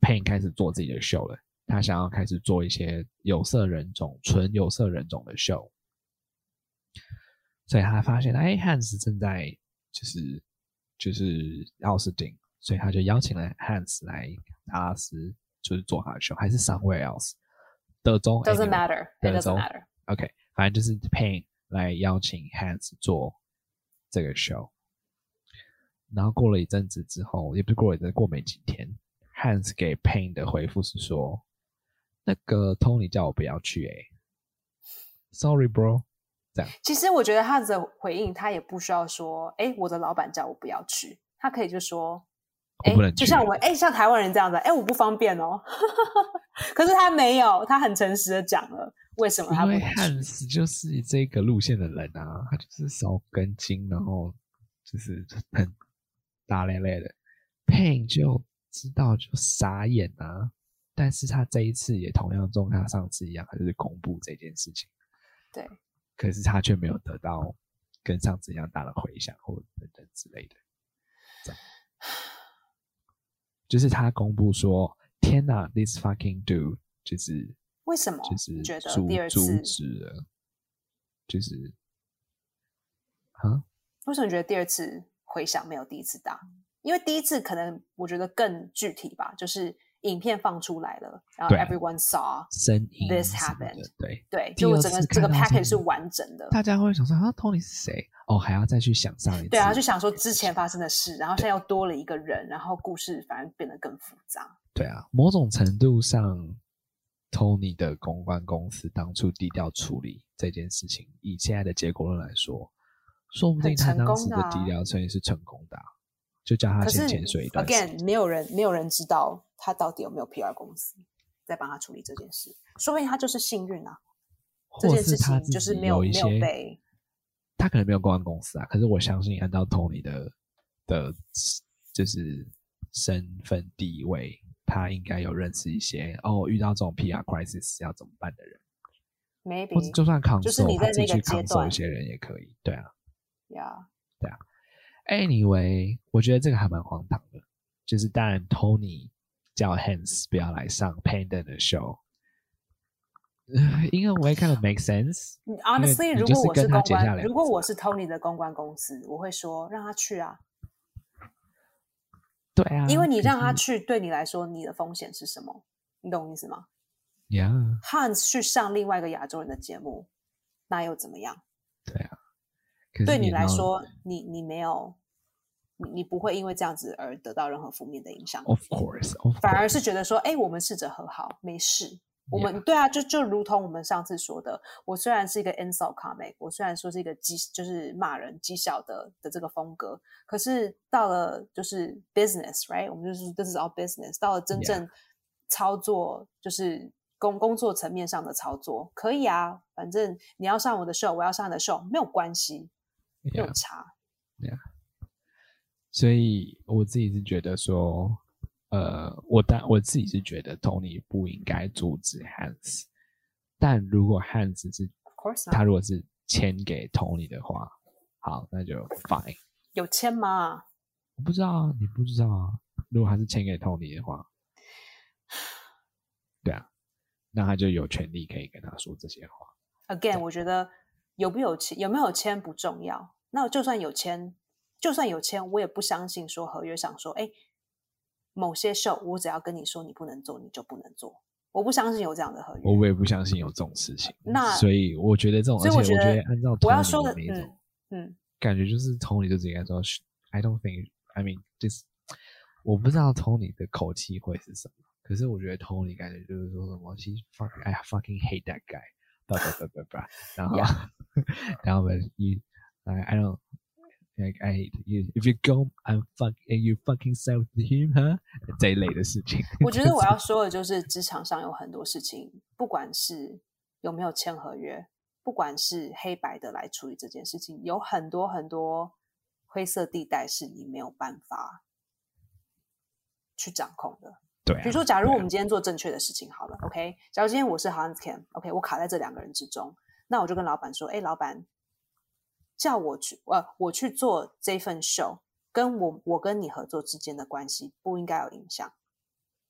S2: Pain 开始做自己的秀了，他想要开始做一些有色人种、纯有色人种的秀，所以他发现，哎，Hans 正在就是就是奥斯汀，所以他就邀请了 Hans 来达拉斯，就是做他的秀，还是 somewhere else，德州
S1: doesn't
S2: anyway
S1: matter，it
S2: 德
S1: doesn't
S2: 州
S1: matter，
S2: OK，反正就是 Pain 来邀请 Hans 做这个 show。然后过了一阵子之后，也不是过了一阵，过没几天，Hans 给 Pain 的回复是说：“那个 Tony 叫我不要去、欸，诶 s o r r y bro。”
S1: 其实我觉得他的回应，他也不需要说，哎，我的老板叫我不要去，他可以就说，
S2: 我
S1: 哎
S2: 不能，
S1: 就
S2: 去
S1: 像我，哎，像台湾人这样子，哎，我不方便哦。可是他没有，他很诚实的讲了为什么他
S2: 因
S1: 不
S2: 为
S1: 能去。
S2: Hans 就是这个路线的人啊，他就是少根筋，然后就是很大咧咧的。Pain 就知道就傻眼啊，但是他这一次也同样中他上次一样，他就是公布这件事情，
S1: 对，
S2: 可是他却没有得到跟上次一样大的回响或等等之类的。这样就是他公布说：“天哪，this fucking dude，就是
S1: 为什么？
S2: 就是
S1: 你觉得
S2: 阻
S1: 第二
S2: 阻
S1: 次，
S2: 止了，就是啊，
S1: 为什么你觉得第二次回响没有第一次大？因为第一次可能我觉得更具体吧，就是影片放出来了，然后
S2: 对
S1: everyone saw，
S2: 声音
S1: This
S2: 什么的
S1: happened
S2: 对，
S1: 对，
S2: 第
S1: 就
S2: 二
S1: 整个
S2: 次
S1: 这个
S2: 看到这
S1: package
S2: 个
S1: 是完整的。
S2: 大家会想说啊，Tony 是谁？哦，还要再去想上一次，
S1: 对啊，就想说之前发生的事，然后现在又多了一个人，然后故事反而变得更复杂。
S2: 对啊，某种程度上，Tony 的公关公司当初低调处理这件事情，以现在的结果论来说，说不定
S1: 很
S2: 他
S1: 成
S2: 当
S1: 功
S2: 时
S1: 的
S2: 的
S1: 啊
S2: 低调处理是成功的啊、就叫他
S1: 可是
S2: 先潜水一段时间。
S1: again，没有人没有人知道他到底有没有 PR 公司在帮他处理这件事，说不定他就是幸运啊。这
S2: 或
S1: 件
S2: 是
S1: 事
S2: 他
S1: 情
S2: 自
S1: 就是
S2: 己
S1: 没有
S2: 一
S1: 没有
S2: 些
S1: 被，
S2: 他可能没有公关公司啊，可是我相信按照 Tony 的的，就是身份地位，他应该有认识一些哦，遇到这种 PR crisis 要怎么办的人，或者
S1: maybe
S2: 就算扛
S1: 嗯就是
S2: 手，
S1: 你
S2: 他
S1: 在
S2: 自己
S1: 那
S2: 去
S1: 个阶
S2: 扛手一
S1: 段
S2: 些人也可以，对啊。
S1: 呀，
S2: Anyway，我觉得这个还蛮荒唐的，就是当然 Tony 叫 Hans 不要来上 Panda 的 show，因为我也看了 make sense，
S1: 你 honestly，
S2: 你
S1: 如
S2: 就
S1: 果
S2: 是
S1: 我
S2: 跟
S1: 是
S2: 他
S1: 公
S2: 结下
S1: 关，
S2: 梁
S1: 如果
S2: 子
S1: 我是 Tony 的公关公司，我会说让他去啊。
S2: 对啊，
S1: 啊因为你让他
S2: 可是
S1: 去，对你来说，你的风险是什么？你懂我意思吗
S2: Yeah，
S1: ？Hans 去上另外一个亚洲人的节目，那又怎么样？
S2: 对啊，可是
S1: 对你
S2: 也
S1: 来
S2: 让
S1: 说，你你没有，你你不会因为这样子而得到任何负面的影响，
S2: ，Of course，of course,
S1: 反而是觉得说，哎，我们试着和好，没事。我们对啊，就就如同我们上次说的，我虽然是一个 insult comic，我虽然说是一个讥就是骂人讥笑的的这个风格，可是到了就是 business right，我们就是 this is all business，到了真
S2: Yeah.
S1: 正操作就是工工作层面上的操作，可以啊，反正你要上我的 show，我要上你的 show，没有关系，没
S2: yeah,
S1: 有差。
S2: 所以我自己是觉得说，呃，我当我自己是觉得 Tony 不应该阻止 Hans，但如果 Hans 是
S1: Of course，
S2: 他
S1: not.
S2: 如果是签给 Tony 的话，好，那就 fine。
S1: 有签吗？
S2: 我不知道啊，你不知道啊。如果他是签给 Tony 的话，对啊，那他就有权利可以跟他说这些话。
S1: again，我觉得有不有签有没有签不重要。那就算有签，就算有签，我也不相信说合约上说，哎，某些 show 我只要跟你说你不能做，你就不能做。我不相信有这样的合约。
S2: 我我也不相信有这种事情。
S1: 那
S2: 所以我觉得这种，
S1: 所以
S2: 而且
S1: 我
S2: 我
S1: 觉得
S2: 按照
S1: 我要
S2: Tony
S1: 说的，
S2: 那一种
S1: 嗯嗯，
S2: 感觉就是 Tony 就直接跟他说，“Sh-，I don't think, I mean, this，我不知道 Tony 的口气会是什么，可是我觉得 Tony 感觉就是说什么，she fuck, I fucking hate that guy，叭叭叭 叭叭，然后 然后 but you, I, I don't. Like I hate you. If you go, I'm fuck. And you fucking s e l f with him, huh? 这一类的事情。
S1: 我觉得我要说的就是，职场上有很多事情，不管是有没有签合约，不管是黑白的来处理这件事情，有很多很多灰色地带是你没有办法去掌控的。
S2: 对啊、
S1: 比如说，假如
S2: 对啊
S1: 我们今天做正确的事情好了，OK。假如今天我是 Hans Kim，OK，、我卡在这两个人之中，那我就跟老板说，哎，老板叫我去，呃，我去做这份 show，跟我我跟你合作之间的关系不应该有影响。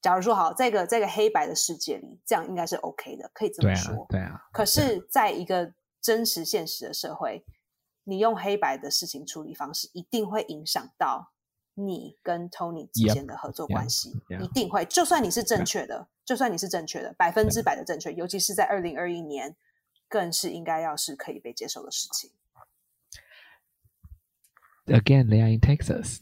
S1: 假如说好，这个这个黑白的世界里，这样应该是 OK 的，可以这
S2: 对
S1: 么
S2: 啊
S1: 说。，
S2: 对啊。
S1: 可是，在一个真实现实的社会，你用黑白的事情处理方式，一定会影响到你跟 Tony 之
S2: Yep,
S1: 间的合作关系
S2: yeah.
S1: 一定会。就算你是正确的，就算你是正确的，百分之百的正确，尤其是在二零二一年，更是应该要是可以被接受的事情。
S2: Again, they are in Texas.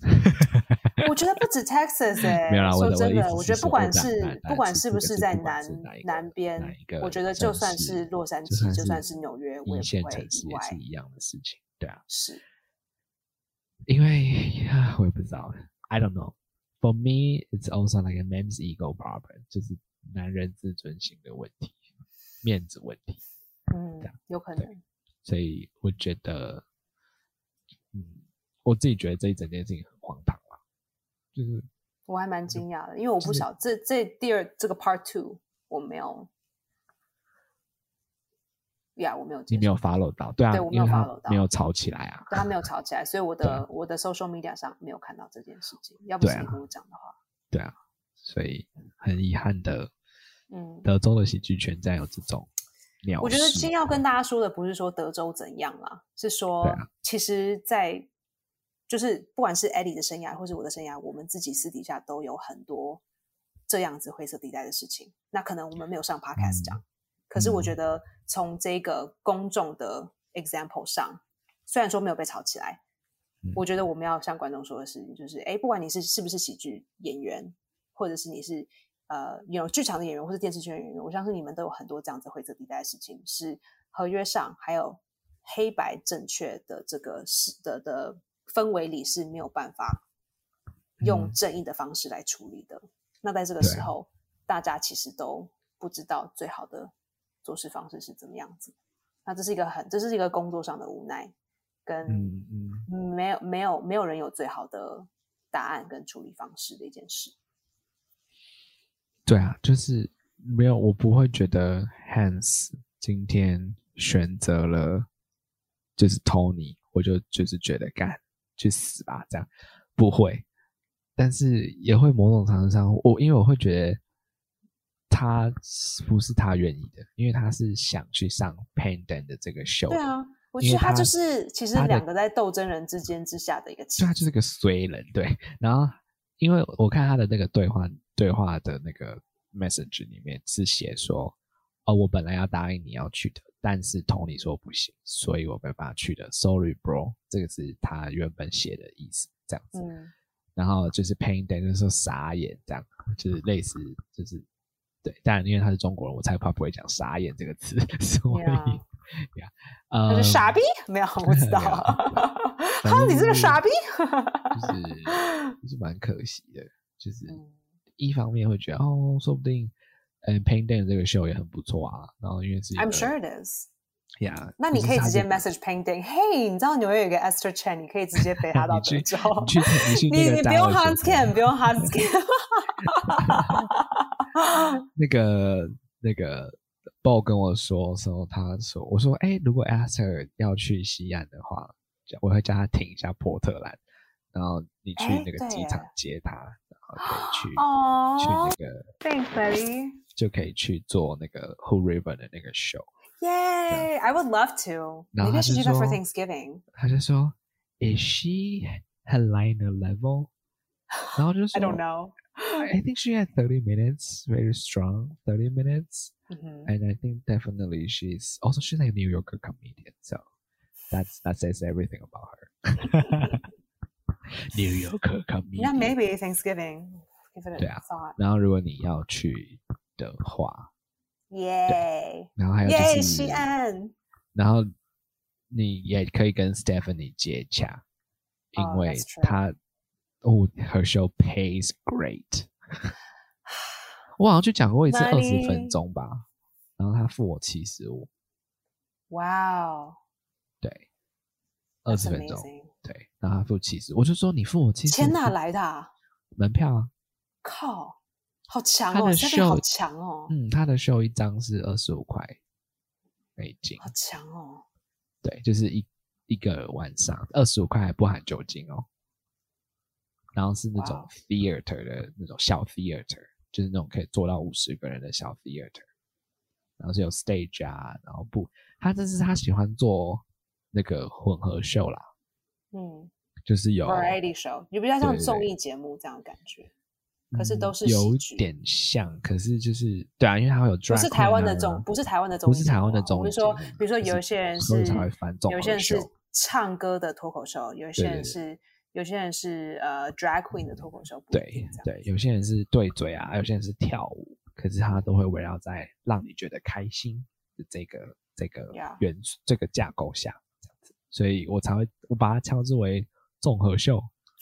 S1: 我觉得不止 Texas 哎、
S2: 没有啦，我
S1: 说
S2: 的
S1: 真
S2: 的意
S1: 的，
S2: 思
S1: 我
S2: 是
S1: 觉得不
S2: 说
S1: 管
S2: 在
S1: 是
S2: 哪哪
S1: 不管
S2: 次
S1: 是不
S2: 这
S1: 是
S2: 个
S1: 在
S2: 不管
S1: 南
S2: 是哪一个
S1: 南 边
S2: 哪一，个
S1: 我觉得
S2: 城
S1: 就算
S2: 市
S1: 是洛杉
S2: 就
S1: 矶，
S2: 算
S1: 就算
S2: 是
S1: 是纽约，我
S2: 一
S1: 也
S2: 线
S1: 不会
S2: 城市
S1: 意
S2: 也是
S1: 外。
S2: 一样的事情，对啊，
S1: 是，
S2: 因为啊，我也不知道，I don't know. For me, it's also like a man's ego problem，就是男人自尊心的问题，面子问题。
S1: 嗯
S2: 对啊，
S1: 有可
S2: 对
S1: 能。
S2: 所以我觉得，嗯，我自己觉得这一整件事情很荒唐啦，就是
S1: 我还蛮惊讶的，因为我
S2: 就
S1: 不
S2: 嗯是
S1: 晓这这第二这个 part two 我没有，呀、我没有接
S2: 你
S1: 触，
S2: 没有 follow 到，对啊，
S1: 对我没
S2: 因为
S1: 有
S2: 他
S1: follow 到
S2: 没有吵起来啊，
S1: 对他没有吵起来，所以我
S2: 对
S1: 的
S2: 啊
S1: 我的 social media 上没有看到这件事情。要不是
S2: 对啊
S1: 你跟我讲的话，
S2: 对啊，所以很遗憾的，
S1: 嗯，
S2: 德州的喜剧圈占有这种鸟事。
S1: 我觉得今天要跟大家说的不是说德州怎样啦，是说、
S2: 对啊
S1: 其实在，就是不管是 Eddie 的生涯或是我的生涯，我们自己私底下都有很多这样子灰色地带的事情。那可能我们没有上 Podcast 讲，
S2: 嗯
S1: 可是我觉得从这个公众的 example 上，虽然说没有被炒起来，
S2: 嗯
S1: 我觉得我们要向观众说的事情就是，哎，不管你是是不是喜剧演员，或者是你是呃有剧场的演员，或是电视剧的演员，我相信你们都有很多这样子灰色地带的事情，是合约上还有黑白正确的这个是的的氛围里是没有办法用
S2: 嗯
S1: 正义的方式来处理的。那在这个
S2: 对
S1: 时候，大家其实都不知道最好的做事方式是怎么样子。那这是一个很，这是一个工作上的无奈，跟
S2: 嗯嗯，
S1: 没有没有没有人有最好的答案跟处理方式的一件事。
S2: 对啊，就是没有，我不会觉得 Hans 今天选择了就是 Tony，我就就是觉得干去死吧这样，不会，但是也会某种程度上，我因为我会觉得。他是不是他愿意的，因为他是想去上 Pandan 的这个秀。
S1: 对啊，我
S2: 因
S1: 觉得
S2: 为
S1: 他
S2: 他
S1: 就是其实
S2: 他的
S1: 两个在斗争人之间之下的一个棋
S2: 所以他就是个衰人，对。然后因为我看他的那个对话对话的那个 message 里面是写说，哦，我本来要答应你要去的，但是同理说不行，所以我没办法去的，sorry bro，这个是他原本写的意思，这样子。
S1: 嗯，
S2: 然后就是 Pain Day 就是说傻眼这样，就是类似就是对，当然因为他是中国人，我猜他不会讲傻眼这个词， 所以
S1: Yeah
S2: 呀，呃，
S1: 啊他是傻逼，没 有，我知道。
S2: 没有反
S1: 哈，
S2: 正
S1: 你这个
S2: 就是
S1: 傻逼。
S2: 就是就是蛮可惜的，就是
S1: 嗯
S2: 一方面会觉得哦，说不定嗯 Pain Day 这个秀也很不错啊，然后因为是一个
S1: I'm sure it is。
S2: 呀，
S1: 那
S2: 就
S1: 你
S2: 是
S1: 可以
S2: 他
S1: 直接
S2: 这个
S1: message Painting，嘿，你知道纽约有一个 Esther Chen，你可以直接 背他到
S2: 你去
S1: 德州。
S2: 你去你去那
S1: 你
S2: 个
S1: 你
S2: 大
S1: 不用
S2: 卫
S1: hard
S2: 手册
S1: scan，不用 hard scan。
S2: 那个那个 Bo 跟我说说，他说我说哎、诶如果 Aster 要去西岸的话，叫我会叫他停一下波特兰，然后你去
S1: 诶
S2: 那个
S1: 对
S2: 机
S1: 耶
S2: 场接他，然后可以去、去
S1: 哦
S2: 那个
S1: Oh, ，Thanks, buddy.
S2: 就可以去做那个 Who River 的那个 show。
S1: Yay! I would love to.
S2: 然
S1: Maybe
S2: 后他
S1: I should
S2: 是
S1: do that for
S2: 说
S1: Thanksgiving.
S2: 他就说 Is she headliner level？然后就说
S1: I don't know.
S2: I think she had thirty minutes, very strong thirty minutes.
S1: 嗯哼
S2: and I think definitely she's also she's like a New Yorker comedian, so that's that says everything about her. New Yorker comedian.
S1: Yeah, maybe Thanksgiving. Give it
S2: 对
S1: a
S2: 啊
S1: thought.
S2: 然后如果你要去的话，
S1: Yay!
S2: 然后还有就
S1: Yay,
S2: 是
S1: 西安。
S2: 然后你也可以跟 Stephanie 接洽，因
S1: 哦
S2: 为
S1: that's true
S2: 她哦，her show pays great 。我好像就讲过一次二十分
S1: Money
S2: 钟吧，然后她付我七十五，
S1: Wow.
S2: 对，二
S1: 哦 that's
S2: 十分钟。
S1: amazing.
S2: 对，然后他付七十，我就说你付我七十，
S1: 钱哪来的啊？
S2: 门票啊？
S1: 靠，好强
S2: 他
S1: 哦
S2: 的
S1: Seven 好
S2: show-
S1: 强哦，
S2: 嗯，他的秀一张是二十五块美金
S1: 好，强哦。
S2: 对，就是一一个晚上二十五块还不含酒精哦。然后是那种
S1: 哇哦
S2: theater 的那种小 theater，就是那种可以坐到五十个人的小 theater，然后是有 stage 啊，然后不，他这是他喜欢做那个混合秀啦，
S1: 嗯
S2: 就是有啊
S1: ，variety show 也比较
S2: 对
S1: 像
S2: 对
S1: 综
S2: 对
S1: 艺节目这样的感觉，可是都
S2: 嗯
S1: 是
S2: 有
S1: 喜剧
S2: 点像，可是就是对啊，因为它会有 drag
S1: 不
S2: queen 啊、
S1: 是台湾的综，不是台湾的综艺
S2: 不
S1: 节目啊，
S2: 是台湾的综
S1: 我
S2: 艺
S1: 是
S2: 节目，
S1: 说，比如说有一些人
S2: 所以
S1: 是
S2: 才会翻综
S1: 有些
S2: 合
S1: 人是
S2: 秀，
S1: 唱歌的脱口秀，有些
S2: 对
S1: 人
S2: 对
S1: 是有些人是呃 drag queen 的脱口秀，不一
S2: 对
S1: 定这样
S2: 对，有些人是对嘴啊，有些人是跳舞，可是它都会围绕在让你觉得开心的这个这个
S1: Yeah
S2: 元素这个架构下，这样子，所以我才会我把它称之为综合秀，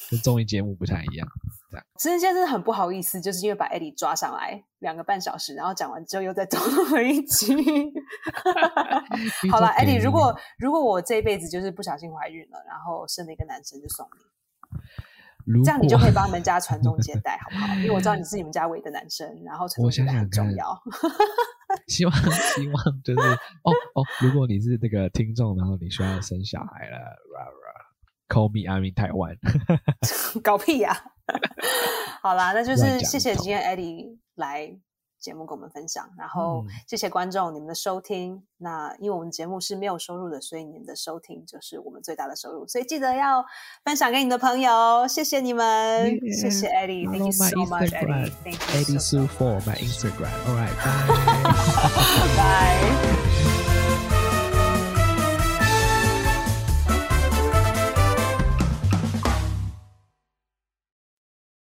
S2: 跟综艺节目不太一 样。
S1: 之前真的很不好意思，就是因为把艾 d 抓上来两个半小时，然后讲完之后又再找那么一集。 好了，艾 d 如果如果我这一辈子就是不小心怀孕了，然后生了一个男生，就送你，
S2: 这
S1: 这样你就可以帮你们家传宗接代，好不好？因为我知道你是你们家唯一的男生，然后传宗
S2: 我
S1: 接
S2: 想
S1: 代很
S2: 想
S1: 重
S2: 看
S1: 要。
S2: 希望希望就是哦哦，如果你是这个听众，然后你需要生小孩了，ra ra，call me I'm in Taiwan
S1: 搞屁呀、 好啦，那就
S2: 乱
S1: 是
S2: 讲
S1: 谢
S2: 一
S1: 谢今
S2: 通
S1: 天 Eddie 来节目跟我们分享，然后
S2: 嗯
S1: 谢谢观众你们的收听。那因为我们节目是没有收入的，所以你们的收听就是我们最大的收入，所以记得要分享给你的朋友。谢谢你们谢谢 Eddie，Thank you so
S2: Follow my
S1: much
S2: Instagram
S1: Eddie，Thank you
S2: Eddie
S1: so
S2: Sue
S1: much，
S2: for my Instagram，all right，bye。
S1: 拜。